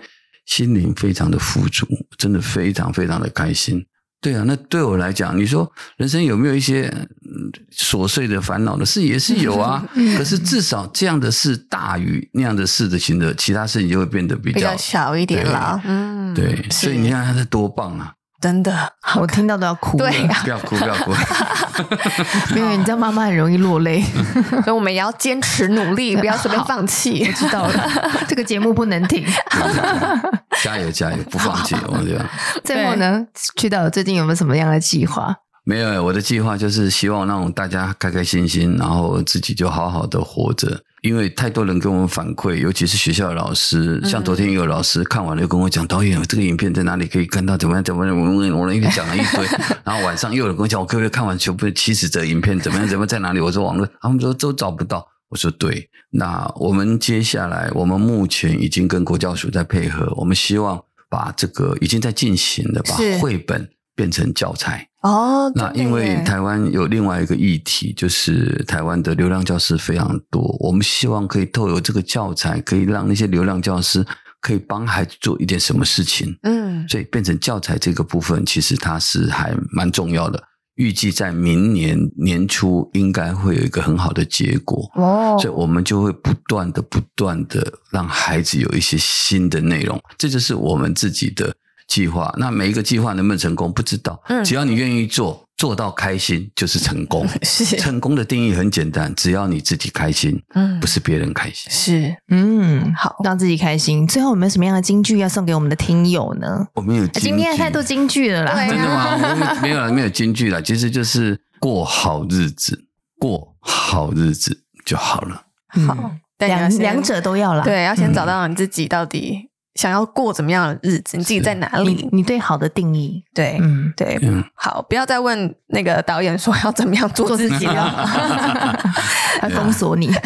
S3: 心灵非常的富足，真的非常非常的开心。对啊，那对我来讲，你说人生有没有一些嗯琐碎的烦恼的事，也是有啊。可是至少这样的事大于那样的事的情的，其他事情就会变得比
S4: 比
S3: 较
S4: 较小一点啦，嗯，
S3: 对，
S4: 是
S3: 所以你看他是多棒啊！
S4: 真的
S1: 我听到都要哭了。
S4: 对啊
S3: 不要哭，不要哭。
S1: 没有，你知道妈妈很容易落泪，
S2: 所以我们也要坚持 努力，不要随便放弃。
S1: 知道了。这个节目不能停。
S3: 加油加油，不放弃，我觉得
S1: 最后呢，曲导最近有没有什么样的计划？
S3: 没有。我的计划就是希望让大家开开心心，然后自己就好好的活着。因为太多人跟我们反馈，尤其是学校的老师，像昨天有老师看完了又跟我讲，导演这个影片在哪里可以看到，怎么样怎么样，我们我们又讲了一堆。然后晚上又有人跟我讲，我可不可以看完全部七十则影片，怎么样怎么样在哪里？我说网络，他们说都找不到。我说对，那我们接下来，我们目前已经跟国教署在配合，我们希望把这个已经在进行的，把
S4: 是
S3: 绘本变成教材。
S4: 哦，
S3: 那
S4: 真的
S3: 因为
S4: 耶
S3: 台湾有另外一个议题，就是台湾的流量教师非常多，我们希望可以透过这个教材，可以让那些流量教师可以帮孩子做一点什么事情。
S4: 嗯
S3: 所以变成教材这个部分，其实它是还蛮重要的。预计在明年年初应该会有一个很好的结果，
S1: 哦
S3: 所以我们就会不断的、不断的让孩子有一些新的内容，这就是我们自己的计划。那每一个计划能不能成功，不知道，
S4: 嗯
S3: 只要你愿意做，做到开心就是成 功。
S4: 是
S3: 成功的定义很简单，只要你自己开心，
S4: 嗯
S3: 不是别人开心。
S4: 是
S1: 嗯，
S4: 好
S1: 让自己开心。最后有没有什么样的金句要送给我们的听友呢？
S3: 我们有
S1: 啊今天
S3: 金句
S1: 太多金句啊了啦
S2: 对。
S3: 真的吗？我 们没有了，没有金句了，其实就是过好日子，过好日子就好了。
S1: 好，
S2: 但你要
S1: 两
S2: 先
S1: 两者都要啦。，
S2: 啊对，要
S3: 嗯
S2: 先找到你自己到底想要过怎么样的日子，你自己在哪
S1: 啊你
S2: 里？
S4: 嗯
S1: 你对好的定义，
S2: 对
S1: 嗯，
S2: 对，
S3: 嗯，
S2: 好，不要再问那个导演说要怎么样做自己了。
S1: 他啊封锁你。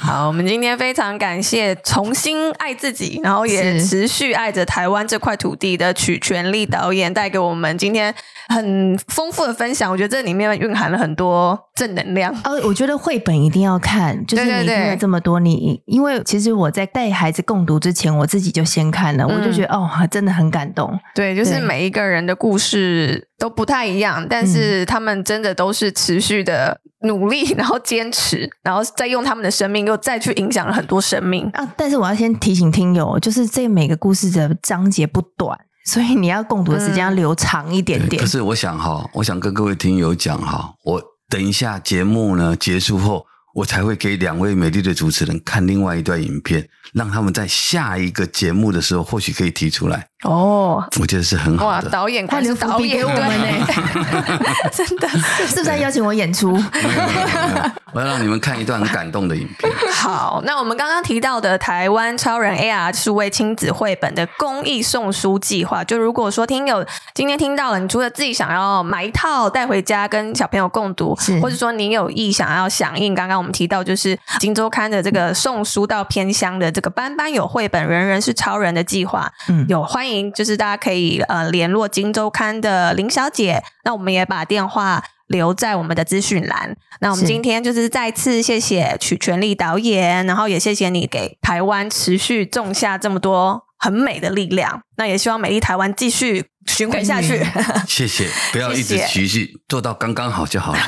S2: 好，我们今天非常感谢重新爱自己，然后也
S1: 是
S2: 持续爱着台湾这块土地的曲全力导演带给我们今天很丰富的分享。我觉得这里面蕴含了很多正能量。
S1: 呃，我觉得绘本一定要看，就是
S2: 对对
S1: 你
S2: 对
S1: 听了这么多，你因为其实我在带孩子共读之前，我自己就先看了，我
S2: 嗯
S1: 就觉得哦，真的很感动。
S2: 对，就是
S1: 对
S2: 每一个人的故事都不太一样，但是他们真的都是持续的努力，然后坚持，然后再用他们的生命又再去影响了很多生命。
S1: 啊，但是我要先提醒听友，就是这每个故事的章节不短，所以你要共读的时间
S2: 嗯
S1: 要留长一点
S3: 对
S1: 点
S3: 可。是我想哈，我想跟各位听友讲哈，我等一下节目呢结束后，我才会给两位美丽的主持人看另外一段影片，让他们在下一个节目的时候或许可以提出来，
S2: 哦，
S3: 我觉得是很好
S2: 哇，
S3: 的。
S2: 导演，
S1: 他
S2: 果然
S1: 留
S2: 是
S1: 伏
S2: 导
S1: 笔
S2: 演
S1: 给我们呢、
S2: 对真的是
S1: 是不是要邀请我演出？
S3: 没有没有没有 我要让你们看一段很感动的影片。
S2: 好，那我们刚刚提到的台湾超人 AR 数位亲子绘本的公益送书计划，就如果说听友今天听到了，你除了自己想要买一套带回家跟小朋友共读
S1: 是，
S2: 或者说你有意想要响应刚刚我们提到就是《金周刊》的这个送书到偏乡的这个班班有绘本，人人是超人的计划，
S1: 嗯，
S2: 有欢迎迎就是大家可以呃联络《金周刊》的林小姐，那我们也把电话留在我们的资讯栏。那我们
S1: 是
S2: 今天就是再次谢谢曲全力导演，然后也谢谢你给台湾持续种下这么多很美的力量。那也希望美丽台湾继续巡回下 去。
S3: 谢谢，不要一直
S2: 谢谢
S3: 持续做到刚刚好就好了，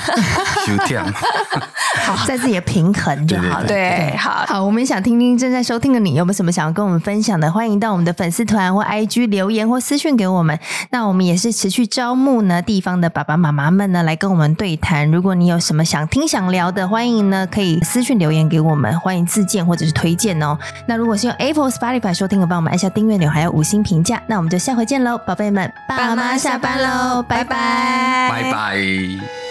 S3: 就这样。
S1: 在自己的平衡就好了。
S3: 对
S2: 对，好，
S1: 好，我们想听听正在收听的你有没有什么想要跟我们分享的？欢迎到我们的粉丝团或 IG 留言或私讯给我们。那我们也是持续招募呢地方的爸爸妈妈们呢来跟我们对谈。如果你有什么想听想聊的，欢迎呢可以私讯留言给我们，欢迎自荐或者是推荐哦。那如果是用 Apple Spotify 收听的，帮我们按下订阅钮，还有五星评价。哦那我们就下回见喽，宝贝们，爸妈下班喽，拜拜
S3: 拜拜。